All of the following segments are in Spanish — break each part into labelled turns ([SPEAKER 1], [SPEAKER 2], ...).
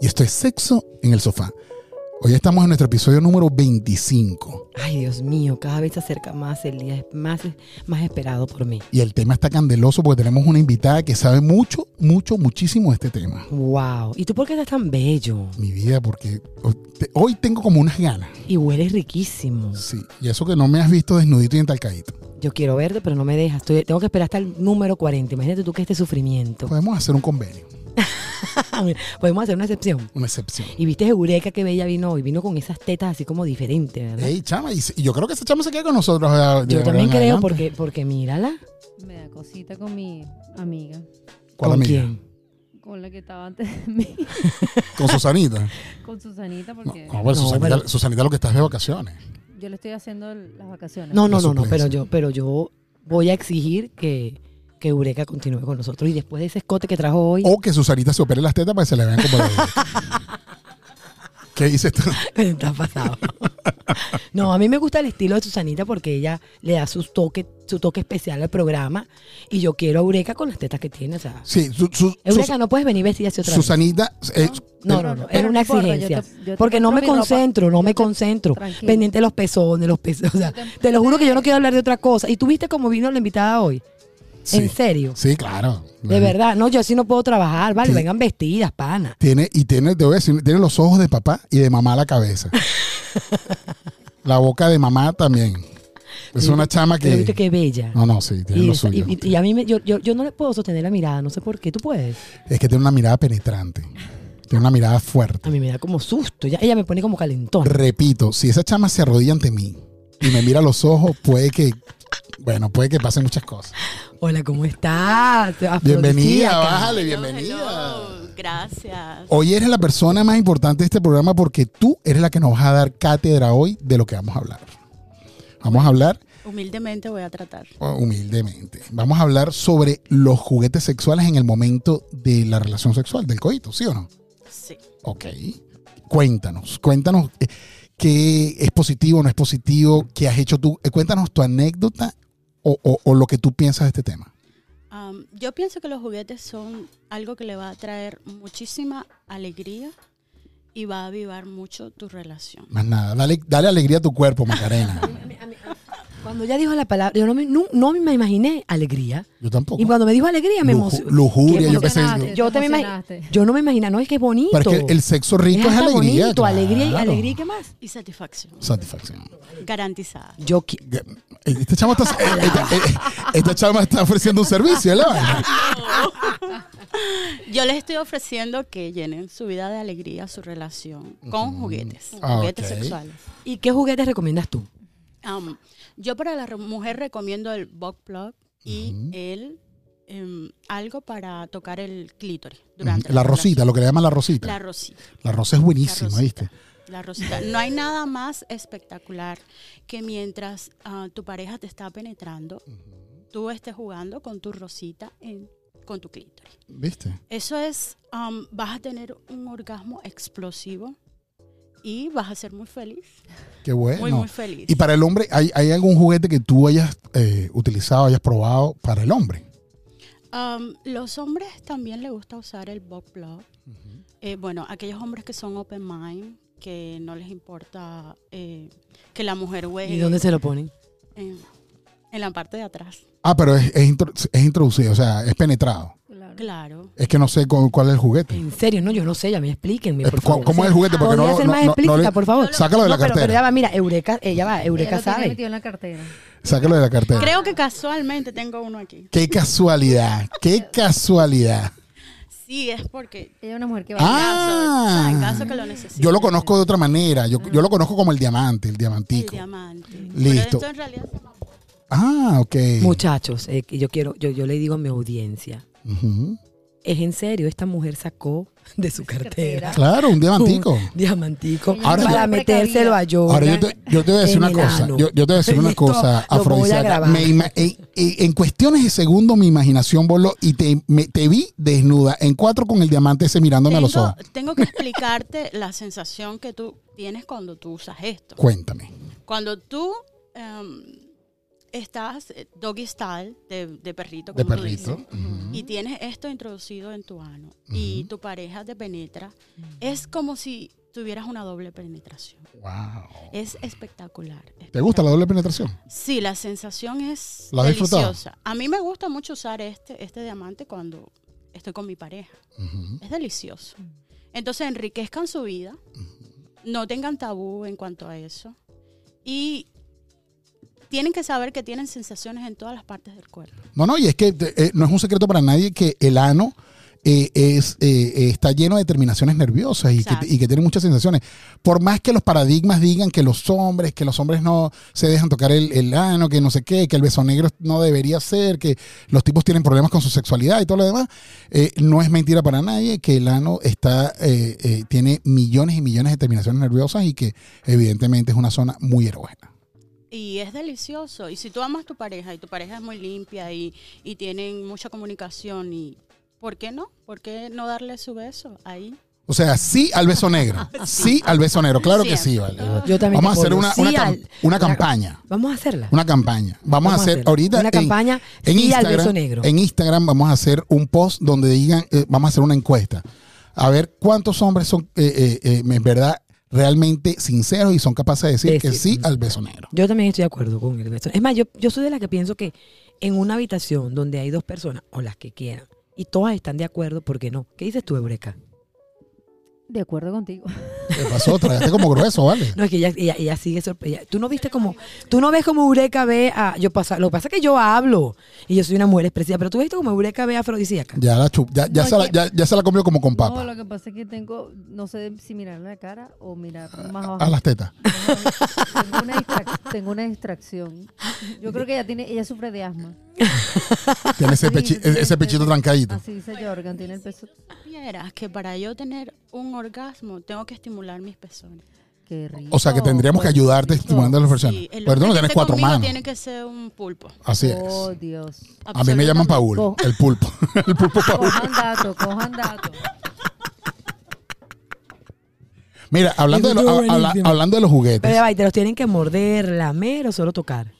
[SPEAKER 1] Y esto es Sexo en el Sofá. Hoy estamos en nuestro episodio número 25
[SPEAKER 2] Ay, Dios mío, cada vez se acerca más el día, es más, más esperado por mí.
[SPEAKER 1] y el tema está candeloso porque tenemos una invitada que sabe mucho, mucho, muchísimo de este tema.
[SPEAKER 2] Wow. ¿Y tú por qué estás tan bello?
[SPEAKER 1] Mi vida, porque hoy te- hoy tengo como unas ganas.
[SPEAKER 2] Y hueles riquísimo.
[SPEAKER 1] Sí, y eso que no me has visto desnudito y entalcadito.
[SPEAKER 2] Yo quiero verte, pero no me dejas. Estoy- tengo que esperar hasta el número 40. Imagínate tú que este sufrimiento.
[SPEAKER 1] Podemos hacer un convenio, Pues
[SPEAKER 2] Podemos hacer una excepción.
[SPEAKER 1] una excepción.
[SPEAKER 2] Y viste Eureka que Bella vino hoy. Vino con esas tetas así como diferentes, ¿verdad?
[SPEAKER 1] Ey, chama, y, y yo creo que esa chama se queda con nosotros. eh, de
[SPEAKER 2] Yo
[SPEAKER 1] ahora
[SPEAKER 2] también
[SPEAKER 1] en
[SPEAKER 2] creo,
[SPEAKER 1] adelante.
[SPEAKER 2] porque, porque mírala.
[SPEAKER 3] Me da cosita con mi amiga,
[SPEAKER 1] ¿Cuál
[SPEAKER 2] ¿Con
[SPEAKER 1] amiga?
[SPEAKER 2] quién?
[SPEAKER 3] con la que estaba antes de mí,
[SPEAKER 1] Con Susanita.
[SPEAKER 3] con Susanita,
[SPEAKER 1] No,
[SPEAKER 3] porque
[SPEAKER 1] no, pero
[SPEAKER 2] No,
[SPEAKER 1] Susanita,
[SPEAKER 2] pero-
[SPEAKER 1] Susanita lo que estás de vacaciones.
[SPEAKER 3] yo le estoy haciendo el- las vacaciones.
[SPEAKER 2] No, no,
[SPEAKER 1] La
[SPEAKER 2] no, no. Pero
[SPEAKER 1] suplencia.
[SPEAKER 2] yo, pero yo voy a exigir que, que Eureka continúe con nosotros. Y después de ese escote que trajo hoy,
[SPEAKER 1] O que Susanita se opere las tetas para que se le vean como la de ella. ¿Qué dices tú?
[SPEAKER 2] Está pasado. No, a mí me gusta el estilo de Susanita porque ella le da su toque, su toque especial al programa y yo quiero a Eureka con las tetas que tiene. O sea,
[SPEAKER 1] Sí, su- su- su-
[SPEAKER 2] Eureka, no puedes venir vestida así otra vez.
[SPEAKER 1] Susanita. eh,
[SPEAKER 2] No,
[SPEAKER 1] eh,
[SPEAKER 2] no, no,
[SPEAKER 3] Pero
[SPEAKER 2] era
[SPEAKER 3] no
[SPEAKER 2] una
[SPEAKER 3] importa, yo
[SPEAKER 2] exigencia.
[SPEAKER 3] te- yo te
[SPEAKER 2] Porque no me
[SPEAKER 3] compro mi ropa.
[SPEAKER 2] concentro, no me concentro.
[SPEAKER 3] Tranquila.
[SPEAKER 2] Pendiente de los pezones, los pezones. O sea,
[SPEAKER 3] Yo te-
[SPEAKER 2] te lo juro que yo no quiero hablar de otra cosa. ¿Y tú viste cómo vino la invitada hoy?
[SPEAKER 1] sí,
[SPEAKER 2] ¿En serio?
[SPEAKER 1] Sí, claro.
[SPEAKER 2] De verdad, no, yo así no puedo trabajar, vale,
[SPEAKER 1] Sí.
[SPEAKER 2] vengan vestidas, pana.
[SPEAKER 1] Tiene, y tiene, te voy a decir, tiene los ojos de papá y de mamá a la cabeza. la boca de mamá también. Es
[SPEAKER 2] Sí,
[SPEAKER 1] una
[SPEAKER 3] Ah,
[SPEAKER 1] chama
[SPEAKER 2] Pero viste
[SPEAKER 1] que.
[SPEAKER 2] que bella.
[SPEAKER 1] No, no, sí, tiene
[SPEAKER 2] y,
[SPEAKER 1] lo
[SPEAKER 2] esa- y-
[SPEAKER 1] suyo.
[SPEAKER 2] y- y a mí, me- yo, yo, yo no le puedo sostener la mirada, no sé por qué, tú puedes.
[SPEAKER 1] Es que tiene una mirada penetrante. Tiene una mirada fuerte.
[SPEAKER 2] A mí me da como susto. Ella, ella me pone como calentón.
[SPEAKER 1] Repito, si esa chama se arrodilla ante mí y me mira a los ojos, puede que. Bueno, puede que pasen muchas cosas.
[SPEAKER 2] Hola, ¿cómo estás?
[SPEAKER 1] Bienvenida,
[SPEAKER 2] Afrodisíaca.
[SPEAKER 1] bájale,
[SPEAKER 4] Hello,
[SPEAKER 1] bienvenida.
[SPEAKER 4] hello. Gracias.
[SPEAKER 1] Hoy eres la persona más importante de este programa porque tú eres la que nos vas a dar cátedra hoy de lo que vamos a hablar. Vamos a hablar
[SPEAKER 4] Humildemente voy a tratar.
[SPEAKER 1] oh, humildemente. Vamos a hablar sobre los juguetes sexuales en el momento de la relación sexual, del coito, ¿sí o no?
[SPEAKER 4] Sí.
[SPEAKER 1] Ok. Cuéntanos, cuéntanos eh, qué es positivo, no es positivo, qué has hecho tú. Eh, Cuéntanos tu anécdota o, o- o lo que tú piensas de este tema.
[SPEAKER 4] Am, Um, yo pienso que los juguetes son algo que le va a traer muchísima alegría y va a avivar mucho tu relación.
[SPEAKER 1] Más nada, dale, dale alegría a tu cuerpo, Macarena.
[SPEAKER 2] Cuando ella dijo la palabra, yo no me, nu- no, me imaginé alegría.
[SPEAKER 1] Yo tampoco.
[SPEAKER 2] Y cuando me dijo alegría, me
[SPEAKER 1] Luju-
[SPEAKER 2] emocioné.
[SPEAKER 1] lujuria, yo pensé.
[SPEAKER 3] emocionaste.
[SPEAKER 2] Yo
[SPEAKER 3] Te
[SPEAKER 2] también me
[SPEAKER 3] emocionaste.
[SPEAKER 2] imagi- Yo no me imaginé, no, es que es bonito.
[SPEAKER 1] Pero es que el sexo rico es,
[SPEAKER 2] hasta
[SPEAKER 1] alegría.
[SPEAKER 2] bonito, alegría y
[SPEAKER 1] claro.
[SPEAKER 2] alegría y qué más.
[SPEAKER 4] Y satisfacción.
[SPEAKER 1] Satisfacción.
[SPEAKER 4] Garantizada.
[SPEAKER 2] Yo qui-
[SPEAKER 1] Este chamo está, eh, esta, eh, esta chama está ofreciendo un servicio, ¿eh, la vaina?
[SPEAKER 4] Yo les estoy ofreciendo que llenen su vida de alegría, su relación con juguetes,
[SPEAKER 1] Ah,
[SPEAKER 4] juguetes
[SPEAKER 1] ok.
[SPEAKER 4] sexuales.
[SPEAKER 2] ¿Y qué juguetes recomiendas tú?
[SPEAKER 4] Am, yo para la re- mujer recomiendo el butt plug y el em, algo para tocar el clítoris durante
[SPEAKER 1] La rosita,
[SPEAKER 4] relación.
[SPEAKER 1] lo que le llaman la rosita.
[SPEAKER 4] La
[SPEAKER 1] La,
[SPEAKER 4] rosita.
[SPEAKER 1] rosa es buenísima,
[SPEAKER 4] La rosita.
[SPEAKER 1] ¿viste?
[SPEAKER 4] La rosita. No hay nada más espectacular que mientras ah, tu pareja te está penetrando, tú estés jugando con tu rosita en, con tu clítoris.
[SPEAKER 1] ¿Viste?
[SPEAKER 4] Eso es, am, vas a tener un orgasmo explosivo y vas a ser muy feliz.
[SPEAKER 1] Qué
[SPEAKER 2] Eh,
[SPEAKER 1] bueno.
[SPEAKER 4] Muy, muy feliz.
[SPEAKER 1] Y para el hombre, ¿hay, hay algún juguete que tú hayas eh, utilizado, hayas probado para el hombre?
[SPEAKER 4] Am, los hombres también les gusta usar el bob plug. Eh, bueno, aquellos hombres que son open mind, que no les importa eh, que la mujer
[SPEAKER 2] ¿Y
[SPEAKER 4] huele
[SPEAKER 2] dónde se lo ponen?
[SPEAKER 4] en, en la parte de atrás.
[SPEAKER 1] Ah, pero es, es intro- es introducido, o sea, es penetrado.
[SPEAKER 3] Claro.
[SPEAKER 4] Claro.
[SPEAKER 1] Es que no sé cu- cuál es el juguete.
[SPEAKER 2] En serio, no, yo no sé, ya me explíquenme.
[SPEAKER 1] Eh,
[SPEAKER 2] por
[SPEAKER 1] ¿cu-
[SPEAKER 2] favor.
[SPEAKER 1] ¿Cómo es el juguete? Porque no,
[SPEAKER 2] Podría
[SPEAKER 1] lo-
[SPEAKER 2] ser
[SPEAKER 1] no-
[SPEAKER 2] más
[SPEAKER 1] no- no
[SPEAKER 2] explícita,
[SPEAKER 1] le-
[SPEAKER 2] por favor.
[SPEAKER 1] Sácalo de la
[SPEAKER 2] No, pero- Pero,
[SPEAKER 1] cartera.
[SPEAKER 2] ya va, mira, Eureka, ella va, Eureka
[SPEAKER 3] Ella lo tenía
[SPEAKER 2] sabe.
[SPEAKER 3] metido en la cartera.
[SPEAKER 1] Sácalo de la cartera.
[SPEAKER 4] Creo que casualmente tengo uno aquí.
[SPEAKER 1] Qué casualidad, qué casualidad.
[SPEAKER 4] Sí, es porque.
[SPEAKER 3] Ella es una mujer que va.
[SPEAKER 1] Ah.
[SPEAKER 4] Ah, en caso que lo necesite.
[SPEAKER 1] Yo lo conozco de otra manera. Yo, yo lo conozco como el diamante, el
[SPEAKER 4] El
[SPEAKER 1] diamantico.
[SPEAKER 4] diamante.
[SPEAKER 1] Listo.
[SPEAKER 4] Pero esto en realidad se llama-
[SPEAKER 1] Ah, ok.
[SPEAKER 2] Muchachos, eh, que yo quiero, yo, yo le digo a mi audiencia,
[SPEAKER 1] Ujú.
[SPEAKER 2] es en serio, esta mujer sacó de su cartera,
[SPEAKER 1] Claro, un diamantico.
[SPEAKER 2] un diamantico
[SPEAKER 3] Ella
[SPEAKER 1] Ahora-
[SPEAKER 2] para
[SPEAKER 3] no
[SPEAKER 2] metérselo a Jordan.
[SPEAKER 1] Ahora yo te, yo te voy a decir
[SPEAKER 2] en
[SPEAKER 1] una
[SPEAKER 2] el
[SPEAKER 1] cosa.
[SPEAKER 2] ano.
[SPEAKER 1] Yo, yo te voy a decir una
[SPEAKER 2] Esto
[SPEAKER 1] cosa,
[SPEAKER 2] lo voy a
[SPEAKER 1] afrodisíaca.
[SPEAKER 2] grabar.
[SPEAKER 1] Me ima- en, en- en cuestiones de segundo mi imaginación voló y te, me- te vi desnuda en cuatro con el diamante ese mirándome a los
[SPEAKER 4] Tengo,
[SPEAKER 1] ojos.
[SPEAKER 4] tengo que explicarte la sensación que tú tienes cuando tú usas esto.
[SPEAKER 1] Cuéntame.
[SPEAKER 4] Cuando tú em, estás eh, doggy style de, de perrito,
[SPEAKER 1] De
[SPEAKER 4] como tú dices,
[SPEAKER 1] perrito. Ujú.
[SPEAKER 4] y tienes esto introducido en tu ano y
[SPEAKER 1] Ujú.
[SPEAKER 4] tu pareja te penetra, es como si tuvieras una doble penetración.
[SPEAKER 1] Wow.
[SPEAKER 4] Es espectacular.
[SPEAKER 1] ¿Te gusta la doble penetración?
[SPEAKER 4] Sí, la sensación es
[SPEAKER 1] ¿La has disfrutado?
[SPEAKER 4] deliciosa. A mí me gusta mucho usar este, este diamante cuando estoy con mi pareja.
[SPEAKER 1] Ujú.
[SPEAKER 4] Es delicioso. Entonces enriquezcan su vida, no tengan tabú en cuanto a eso y tienen que saber que tienen sensaciones en todas las partes del cuerpo.
[SPEAKER 1] No, no, y es que eh, no es un secreto para nadie que el ano eh, es, eh, eh, está lleno de terminaciones nerviosas y que,
[SPEAKER 4] Exacto.
[SPEAKER 1] y que tiene muchas sensaciones. Por más que los paradigmas digan que los hombres, que los hombres no se dejan tocar el, el ano, que no sé qué, que el beso negro no debería ser, que los tipos tienen problemas con su sexualidad y todo lo demás, eh, no es mentira para nadie que el ano está, eh, eh, tiene millones y millones de terminaciones nerviosas y que evidentemente es una zona muy erógena.
[SPEAKER 4] Y es delicioso. Y si tú amas tu pareja y tu pareja es muy limpia y, y tienen mucha comunicación y ¿por qué no? ¿Por qué no darle su beso ahí?
[SPEAKER 1] O sea, sí al beso negro. Sí al beso negro. Claro que sí, vale.
[SPEAKER 3] Ah.
[SPEAKER 2] Yo también
[SPEAKER 1] Vamos a
[SPEAKER 2] te
[SPEAKER 1] hacer
[SPEAKER 2] apoyo.
[SPEAKER 1] una,
[SPEAKER 2] Sí
[SPEAKER 1] una,
[SPEAKER 2] al-
[SPEAKER 1] cam- una campaña.
[SPEAKER 2] Vamos a hacerla.
[SPEAKER 1] Una campaña. Vamos, a hacer
[SPEAKER 2] hacerla.
[SPEAKER 1] ahorita.
[SPEAKER 2] Una
[SPEAKER 1] en-
[SPEAKER 2] campaña
[SPEAKER 1] en
[SPEAKER 2] sí al
[SPEAKER 1] Instagram,
[SPEAKER 2] beso negro.
[SPEAKER 1] En Instagram vamos a hacer un post donde digan, eh, vamos a hacer una encuesta. A ver cuántos hombres son, eh, eh, eh, en verdad, realmente sinceros y son capaces de decir
[SPEAKER 2] Decir.
[SPEAKER 1] que sí al beso negro.
[SPEAKER 2] Yo también estoy de acuerdo con el beso. Es más, yo, yo soy de la que pienso que en una habitación donde hay dos personas, o las que quieran, y todas están de acuerdo, ¿por qué no? ¿Qué dices tú, Eureka?
[SPEAKER 3] De acuerdo contigo.
[SPEAKER 1] ¿Qué pasó? Tragaste como grueso, ¿vale?
[SPEAKER 2] No, es que ella, ella, ella sigue sorprendida. Tú no viste como, tú no ves como Eureka ve a, yo pasa, lo que pasa es que yo hablo, y yo soy una mujer expresiva, pero tú viste como Eureka ve a afrodisíaca.
[SPEAKER 1] Ya, la chup- ya, ya
[SPEAKER 3] No,
[SPEAKER 1] se la,
[SPEAKER 3] que-
[SPEAKER 1] ya, ya se la comió como con papa.
[SPEAKER 3] No, lo que pasa es que tengo, no sé si mirar la cara o mirar más abajo.
[SPEAKER 1] Ah, a las tetas.
[SPEAKER 3] Tengo una, distrac- tengo una distracción. Yo creo que ella tiene, ella sufre de asma.
[SPEAKER 1] Tiene ese,
[SPEAKER 3] Sí,
[SPEAKER 1] pechi- e,
[SPEAKER 3] sí, sí,
[SPEAKER 1] ese
[SPEAKER 3] sí.
[SPEAKER 1] pechito trancadito.
[SPEAKER 3] Así dice Jorgan, tiene el peso.
[SPEAKER 4] Supieras que para yo tener un orgasmo tengo que estimular mis pezones.
[SPEAKER 3] Qué rico.
[SPEAKER 1] O sea que tendríamos que ayudarte estimulando las versiones.
[SPEAKER 4] Sí, el
[SPEAKER 1] Pero tú
[SPEAKER 4] hombre
[SPEAKER 1] no
[SPEAKER 4] que
[SPEAKER 1] tienes
[SPEAKER 4] esté
[SPEAKER 1] cuatro
[SPEAKER 4] conmigo
[SPEAKER 1] manos.
[SPEAKER 4] Tiene que ser un pulpo.
[SPEAKER 1] Así es.
[SPEAKER 3] Oh, Dios.
[SPEAKER 1] A mí me llaman Paul,
[SPEAKER 3] Co-
[SPEAKER 1] el pulpo. El pulpo Paul.
[SPEAKER 3] Cojan dato, cojan dato.
[SPEAKER 1] Mira, hablando de, lo-
[SPEAKER 2] Estuvo
[SPEAKER 1] habla-
[SPEAKER 2] buenísimo.
[SPEAKER 1] hablando de los
[SPEAKER 2] Pero
[SPEAKER 1] juguetes,
[SPEAKER 2] va, ¿y te los tienen que morder, lamer o solo tocar.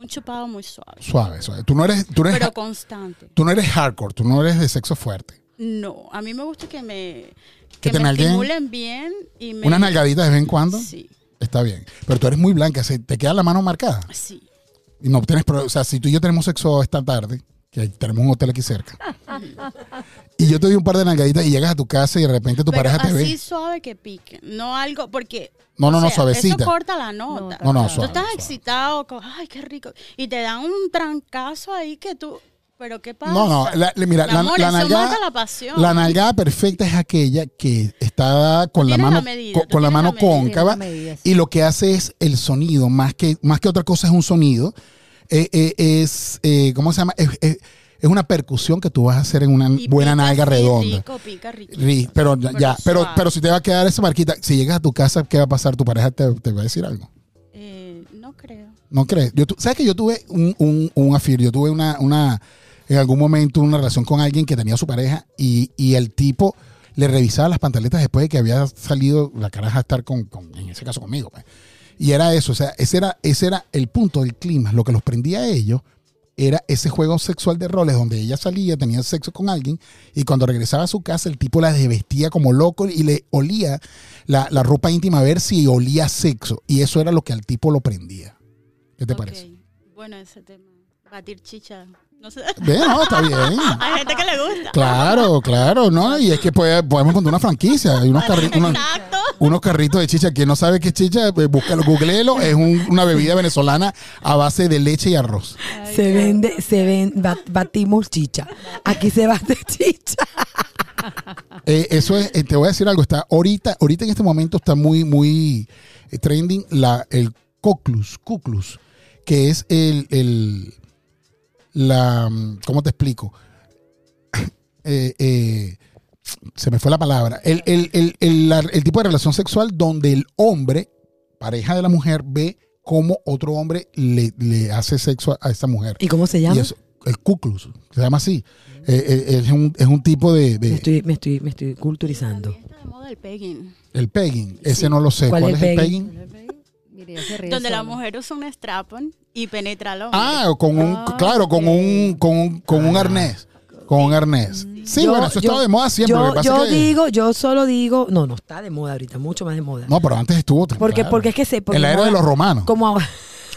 [SPEAKER 4] Un chupado muy suave,
[SPEAKER 1] suave, suave. Tú no eres, tú no eres,
[SPEAKER 4] pero constante.
[SPEAKER 1] tú no eres hardcore, tú no eres de sexo fuerte.
[SPEAKER 4] No, a mí me gusta que me,
[SPEAKER 1] Que
[SPEAKER 4] que
[SPEAKER 1] te
[SPEAKER 4] me
[SPEAKER 1] nalguen.
[SPEAKER 4] estimulen bien y me...
[SPEAKER 1] Unas nalgaditas de vez en cuando,
[SPEAKER 4] Sí,
[SPEAKER 1] está bien. Pero tú eres muy blanca, se- te queda la mano marcada.
[SPEAKER 4] sí.
[SPEAKER 1] Y no tienes, pro- o sea, si tú y yo tenemos sexo esta tarde, que tenemos un hotel aquí cerca, y yo te doy un par de nalgaditas y llegas a tu casa y de repente tu
[SPEAKER 4] Pero
[SPEAKER 1] pareja te
[SPEAKER 4] así
[SPEAKER 1] ve.
[SPEAKER 4] suave que pique, no algo, porque...
[SPEAKER 1] No, no,
[SPEAKER 4] o
[SPEAKER 1] no,
[SPEAKER 4] sea,
[SPEAKER 1] suavecita.
[SPEAKER 4] Eso corta la nota.
[SPEAKER 1] No, no,
[SPEAKER 4] Tú
[SPEAKER 1] suave.
[SPEAKER 4] estás
[SPEAKER 1] suave.
[SPEAKER 4] excitado, con, ay, qué rico. Y te dan un trancazo ahí que tú... Pero ¿qué pasa?
[SPEAKER 1] No, no, la- la- mira,
[SPEAKER 4] Mi
[SPEAKER 1] la,
[SPEAKER 4] amor,
[SPEAKER 1] la
[SPEAKER 4] eso
[SPEAKER 1] nalgada,
[SPEAKER 4] mata la pasión.
[SPEAKER 1] la nalgada perfecta es aquella que está con la
[SPEAKER 4] Tienes la
[SPEAKER 1] mano,
[SPEAKER 4] medida,
[SPEAKER 1] con,
[SPEAKER 4] tú
[SPEAKER 1] con la
[SPEAKER 4] tienes la
[SPEAKER 1] mano
[SPEAKER 4] medida.
[SPEAKER 1] cóncava
[SPEAKER 3] Tienes la medida, sí.
[SPEAKER 1] y lo que hace es el sonido, más que, más que otra cosa es un sonido, eh, eh, es, eh, ¿cómo se llama? Es, es- es una percusión que tú vas a hacer en una
[SPEAKER 4] Y
[SPEAKER 1] Mm, buena
[SPEAKER 4] pica
[SPEAKER 1] nalga
[SPEAKER 4] así,
[SPEAKER 1] redonda.
[SPEAKER 4] Rico, pica, rico.
[SPEAKER 1] Ri- pero ya, ya, pero,
[SPEAKER 4] suave.
[SPEAKER 1] pero si te va a quedar esa marquita, si llegas a tu casa, ¿qué va a pasar? ¿Tu pareja te, te va a decir algo?
[SPEAKER 4] Eh, no creo.
[SPEAKER 1] ¿No crees? Yo tu- ¿Sabes que yo tuve un, un, un affair? Yo tuve una, una, en algún momento una relación con alguien que tenía su pareja y, y el tipo le revisaba las pantaletas después de que había salido la caraja a estar con, con- en ese caso conmigo. pues. Y era eso, o sea, ese era, ese era el punto del clima. Lo que los prendía a ellos era ese juego sexual de roles donde ella salía, tenía sexo con alguien y cuando regresaba a su casa el tipo la desvestía como loco y le olía la, la ropa íntima a ver si olía a sexo. Y eso era lo que al tipo lo prendía. ¿Qué te
[SPEAKER 4] Ok.
[SPEAKER 1] parece?
[SPEAKER 4] Bueno, ese tema. Batir chicha. No sé.
[SPEAKER 1] Ve, no, está bien.
[SPEAKER 4] Hay gente que le gusta.
[SPEAKER 1] Claro, claro, ¿no? Y es que puede- podemos poner una franquicia. Hay unos, carri- unos-
[SPEAKER 4] Exacto.
[SPEAKER 1] unos carritos de chicha. Quien no sabe qué es chicha, pues, búscalo, googleelo. Es un- una bebida venezolana a base de leche y arroz.
[SPEAKER 2] se vende, se ven, bat- batimos chicha. Aquí se bate chicha.
[SPEAKER 1] Eh, eso es, eh, te voy a decir algo, está ahorita, ahorita en este momento está muy, muy eh, trending la, el coclus, cuclus, que es el, el- la, mm, ¿cómo te explico? Eh, eh, se me fue la palabra. El, el- el- el- la- el tipo de relación sexual donde el hombre, pareja de la mujer, ve cómo otro hombre le, le hace sexo a, a esa mujer.
[SPEAKER 2] ¿Y cómo se
[SPEAKER 1] Y
[SPEAKER 2] llama?
[SPEAKER 1] eso, el cuclus, se llama así. Eh, eh, es, un, es un tipo de-
[SPEAKER 2] Me
[SPEAKER 1] de,
[SPEAKER 2] estoy, me estoy, me estoy culturizando.
[SPEAKER 4] También está de moda el pegging.
[SPEAKER 1] El pegging, ese
[SPEAKER 4] Sí.
[SPEAKER 1] no lo sé. ¿Cuál, es el pegging?
[SPEAKER 3] Mire, ella se ríe
[SPEAKER 4] Donde la
[SPEAKER 3] sola.
[SPEAKER 4] mujer usa un strapon y penetra al hombre.
[SPEAKER 1] Ah, con un,
[SPEAKER 3] Ah,
[SPEAKER 1] claro, con un, con un, con un arnés. Con un arnés. Sí,
[SPEAKER 2] Ah. Yo-
[SPEAKER 1] bueno, eso
[SPEAKER 2] yo-
[SPEAKER 1] estaba de moda siempre. lo
[SPEAKER 2] Yo,
[SPEAKER 1] que pasa
[SPEAKER 2] yo
[SPEAKER 1] es que-
[SPEAKER 2] digo, yo solo digo, no, no está de moda ahorita, mucho más de moda.
[SPEAKER 1] No, pero antes estuvo.
[SPEAKER 2] porque,
[SPEAKER 1] claro.
[SPEAKER 2] porque es que se. porque
[SPEAKER 1] en la era de
[SPEAKER 2] ahora-
[SPEAKER 1] los romanos.
[SPEAKER 2] Como ahora-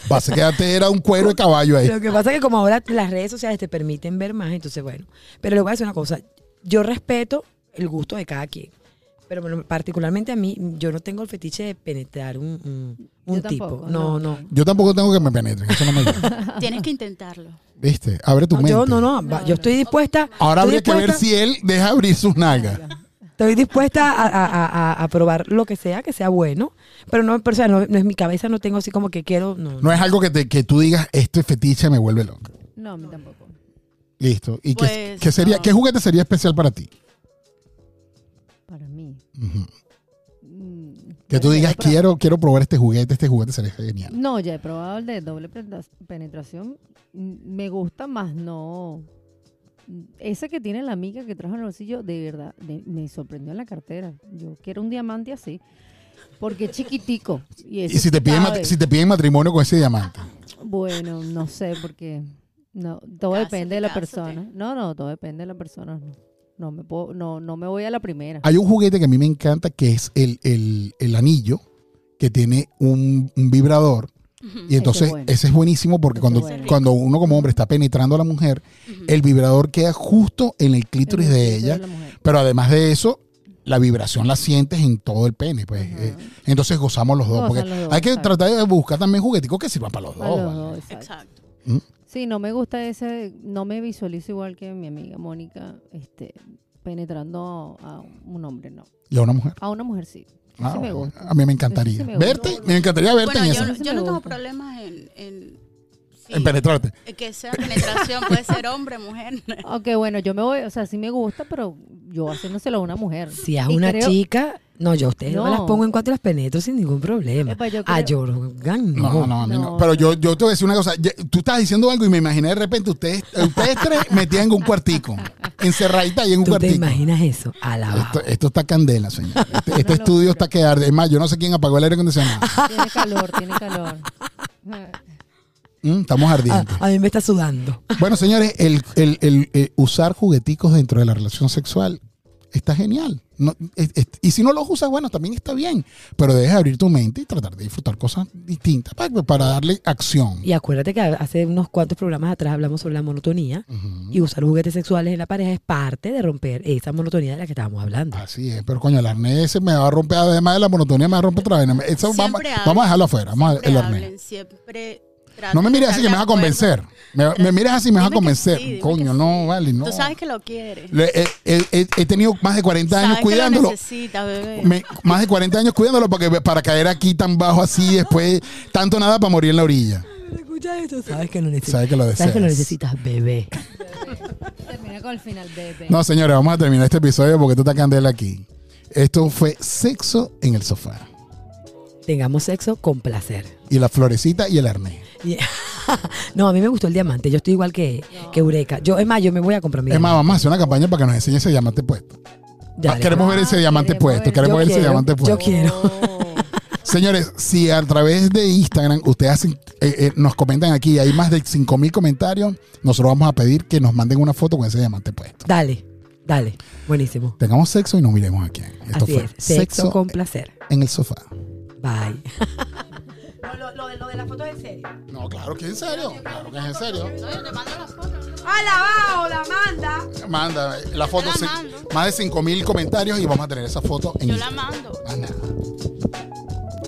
[SPEAKER 1] Pasa que antes era un cuero de caballo ahí.
[SPEAKER 2] Lo que pasa es que como ahora las redes sociales te permiten ver más, entonces bueno. Pero le voy a decir una cosa, yo respeto el gusto de cada quien. Pero bueno, particularmente a mí, yo no tengo el fetiche de penetrar un, un, un
[SPEAKER 3] Yo
[SPEAKER 2] tipo.
[SPEAKER 3] tampoco,
[SPEAKER 2] no, no.
[SPEAKER 3] no.
[SPEAKER 1] Yo tampoco tengo que me penetren. Eso no me gusta.
[SPEAKER 4] Tienes que intentarlo.
[SPEAKER 1] ¿Viste? Abre tu
[SPEAKER 2] No,
[SPEAKER 1] mente.
[SPEAKER 2] yo no, no, va-
[SPEAKER 3] No,
[SPEAKER 2] yo
[SPEAKER 3] no.
[SPEAKER 2] estoy dispuesta.
[SPEAKER 1] Ahora
[SPEAKER 2] estoy
[SPEAKER 1] habría que ver
[SPEAKER 2] dispuesta-
[SPEAKER 1] si él deja abrir sus nalgas.
[SPEAKER 2] Estoy dispuesta a, a- a- a- a probar lo que sea, que sea bueno, pero no, pero, o sea, no, no es mi cabeza, no tengo así como que quiero, no,
[SPEAKER 1] No es algo que, te, que tú digas, este fetiche me vuelve loco.
[SPEAKER 3] No, a mí tampoco.
[SPEAKER 1] Listo. ¿Y qué-
[SPEAKER 4] Pues,
[SPEAKER 1] qué, sería,
[SPEAKER 4] no.
[SPEAKER 1] qué juguete sería especial para ti?
[SPEAKER 3] Para mí.
[SPEAKER 1] Ujú.
[SPEAKER 3] mm,
[SPEAKER 1] Que tú
[SPEAKER 3] pero
[SPEAKER 1] digas,
[SPEAKER 3] yo he
[SPEAKER 1] quiero, quiero probar este juguete, este juguete sería genial.
[SPEAKER 3] probado- No, ya he probado el de doble prenda- penetración. Mm, Me gusta más, no. Mm, Esa que tiene la amiga que trajo en el bolsillo, de verdad, de- me sorprendió en la cartera. Yo quiero un diamante así. Porque es chiquitico.
[SPEAKER 1] Y
[SPEAKER 3] Y, ese
[SPEAKER 1] si te, piden mat-
[SPEAKER 3] cabe.
[SPEAKER 1] si te piden matrimonio con ese diamante.
[SPEAKER 3] Bueno, no sé, porque no, todo
[SPEAKER 4] Cásate,
[SPEAKER 3] depende de la
[SPEAKER 4] cásate.
[SPEAKER 3] persona. No, no, todo depende de la persona. No, no me puedo, no, no me voy a la primera.
[SPEAKER 1] Hay un juguete que a mí me encanta que es el, el- el anillo que tiene un, un vibrador. Y
[SPEAKER 4] Ujú,
[SPEAKER 1] entonces
[SPEAKER 3] Mm, bueno.
[SPEAKER 1] ese es buenísimo porque
[SPEAKER 3] Ese
[SPEAKER 1] cuando,
[SPEAKER 3] es bueno. Mm.
[SPEAKER 1] cuando uno como hombre está penetrando a la mujer,
[SPEAKER 4] ujú.
[SPEAKER 1] el vibrador queda justo en el
[SPEAKER 3] El
[SPEAKER 1] clítoris
[SPEAKER 3] instinto
[SPEAKER 1] de ella.
[SPEAKER 3] la mujer.
[SPEAKER 1] Pero además de eso, la vibración la sientes en todo el pene. Pues,
[SPEAKER 3] Ajá.
[SPEAKER 1] eh, entonces gozamos los dos.
[SPEAKER 3] Gozan
[SPEAKER 1] porque
[SPEAKER 3] los dos,
[SPEAKER 1] hay que
[SPEAKER 3] exacto.
[SPEAKER 1] tratar de buscar también jugueticos que sirvan para los dos.
[SPEAKER 3] A los
[SPEAKER 1] ¿vale?
[SPEAKER 3] dos, exacto.
[SPEAKER 4] Exacto.
[SPEAKER 3] Sí, no me gusta ese, no me visualizo igual que mi amiga Mónica, este, penetrando a un hombre, no.
[SPEAKER 1] Y a una mujer.
[SPEAKER 3] A una mujer sí.
[SPEAKER 1] Ah,
[SPEAKER 3] sí me
[SPEAKER 1] bueno.
[SPEAKER 3] gusta.
[SPEAKER 1] A mí me encantaría.
[SPEAKER 3] Ese sí me gusta.
[SPEAKER 1] verte, me encantaría verte
[SPEAKER 4] Bueno,
[SPEAKER 1] en
[SPEAKER 4] yo,
[SPEAKER 1] eso.
[SPEAKER 4] no-
[SPEAKER 3] Eso
[SPEAKER 4] yo
[SPEAKER 3] me
[SPEAKER 4] no tengo
[SPEAKER 3] gusta.
[SPEAKER 4] problemas en, en, sí,
[SPEAKER 1] En penetrarte.
[SPEAKER 4] que sea penetración, puede ser hombre, mujer.
[SPEAKER 3] Aunque bueno, yo me voy, o sea, sí me gusta, pero yo haciéndoselo a una mujer.
[SPEAKER 2] Si es
[SPEAKER 3] Y
[SPEAKER 2] una
[SPEAKER 3] creo-
[SPEAKER 2] chica, no, yo a ustedes no. me las
[SPEAKER 3] No.
[SPEAKER 2] pongo en cuatro y las penetro sin ningún problema.
[SPEAKER 3] Epa, yo
[SPEAKER 2] a
[SPEAKER 3] creo-
[SPEAKER 2] Jorgan no.
[SPEAKER 1] No, no, no, a mí no.
[SPEAKER 3] No,
[SPEAKER 1] Pero
[SPEAKER 3] no.
[SPEAKER 1] yo, yo te voy a decir una cosa. Ya- Tú estás diciendo algo y me imaginé de repente ustedes, ustedes tres metidas en un cuartico. Encerradita ahí en un
[SPEAKER 2] ¿Tú te
[SPEAKER 1] cuartico.
[SPEAKER 2] imaginas eso? A la baja.
[SPEAKER 1] Esto, esto está candela, señor. Este, este
[SPEAKER 3] Una
[SPEAKER 1] estudio
[SPEAKER 3] locura.
[SPEAKER 1] está que arde. Es más, yo no sé quién apagó el aire acondicionado.
[SPEAKER 3] Tiene calor, tiene calor.
[SPEAKER 1] Mm, estamos
[SPEAKER 2] A,
[SPEAKER 1] ardientes.
[SPEAKER 2] a mí me está sudando.
[SPEAKER 1] Bueno, señores, el, el- el, eh, usar jugueticos dentro de la relación sexual está genial. No, es- es- y si no los usas, bueno, también está bien. Pero debes abrir tu mente y tratar de disfrutar cosas distintas pa- para, darle acción.
[SPEAKER 2] Y acuérdate que hace unos cuantos programas atrás hablamos sobre la monotonía
[SPEAKER 1] Ujú.
[SPEAKER 2] y usar juguetes sexuales en la pareja es parte de romper esa monotonía de la que estábamos hablando.
[SPEAKER 1] Así es, pero coño, el arnés ese me va a romper, además de la monotonía, me va a romper otra vez. No me- eso
[SPEAKER 4] Siempre
[SPEAKER 1] vamos,
[SPEAKER 4] hablen.
[SPEAKER 1] vamos a dejarlo afuera, vamos a,
[SPEAKER 4] Siempre
[SPEAKER 1] el arnés.
[SPEAKER 4] hablen, siempre traten
[SPEAKER 1] No me
[SPEAKER 4] de
[SPEAKER 1] mires
[SPEAKER 4] estar
[SPEAKER 1] así que
[SPEAKER 4] de
[SPEAKER 1] me vas a
[SPEAKER 4] acuerdo.
[SPEAKER 1] convencer. Me, me miras así me vas a
[SPEAKER 4] Dime que
[SPEAKER 1] convencer.
[SPEAKER 4] sí, dime que
[SPEAKER 1] coño,
[SPEAKER 4] sí.
[SPEAKER 1] no, vale, no.
[SPEAKER 4] Tú sabes que lo quieres.
[SPEAKER 1] Le- he, he- he- he tenido más de 40 años
[SPEAKER 4] Sabes que lo
[SPEAKER 1] cuidándolo.
[SPEAKER 4] necesitas, bebé.
[SPEAKER 1] Me- más de 40 años cuidándolo para, que- para caer aquí tan bajo así, después tanto nada para morir en la orilla.
[SPEAKER 2] Escucha esto. Sabes que lo necesitas.
[SPEAKER 1] Sabes que lo
[SPEAKER 2] Sabes que lo
[SPEAKER 1] deseas.
[SPEAKER 2] necesitas, bebé.
[SPEAKER 3] Termina con el final, bebé.
[SPEAKER 1] No, señores, vamos a terminar este episodio porque tú estás candela aquí. Esto fue sexo en el sofá.
[SPEAKER 2] Tengamos sexo con placer.
[SPEAKER 1] Y la florecita y el arnés.
[SPEAKER 2] Y- no, a mí me gustó el diamante. Yo estoy igual que, que Eureka. Yo, es más, yo me voy a comprar mi
[SPEAKER 1] Es más,
[SPEAKER 2] diamante.
[SPEAKER 1] vamos a hacer una campaña para que nos enseñe ese diamante puesto.
[SPEAKER 2] Ya,
[SPEAKER 1] Ah, queremos ver ese
[SPEAKER 3] Ah,
[SPEAKER 1] diamante
[SPEAKER 3] queremos
[SPEAKER 1] puesto,
[SPEAKER 3] ver.
[SPEAKER 1] queremos
[SPEAKER 2] Yo
[SPEAKER 1] ver ese
[SPEAKER 2] quiero,
[SPEAKER 1] diamante puesto.
[SPEAKER 2] yo quiero.
[SPEAKER 3] Oh.
[SPEAKER 1] Señores, si a través de Instagram ustedes hacen, eh, eh, nos comentan aquí, hay más de 5.000 comentarios, nosotros vamos a pedir que nos manden una foto con ese diamante puesto.
[SPEAKER 2] Dale, dale. Buenísimo.
[SPEAKER 1] Tengamos sexo y nos miremos aquí. Esto
[SPEAKER 2] Así
[SPEAKER 1] fue
[SPEAKER 2] es. Sexo con placer.
[SPEAKER 1] en el sofá.
[SPEAKER 2] Bye. lo, de, la foto es en serio.
[SPEAKER 1] No, claro que en serio. Claro que es en serio.
[SPEAKER 2] ¡Alabao! ¡La manda!
[SPEAKER 1] Manda la foto,
[SPEAKER 4] la
[SPEAKER 1] se-
[SPEAKER 4] mando.
[SPEAKER 1] más de 5.000 comentarios y vamos a tener esa foto en
[SPEAKER 4] Yo la
[SPEAKER 1] Instagram.
[SPEAKER 4] mando.
[SPEAKER 1] Más nada.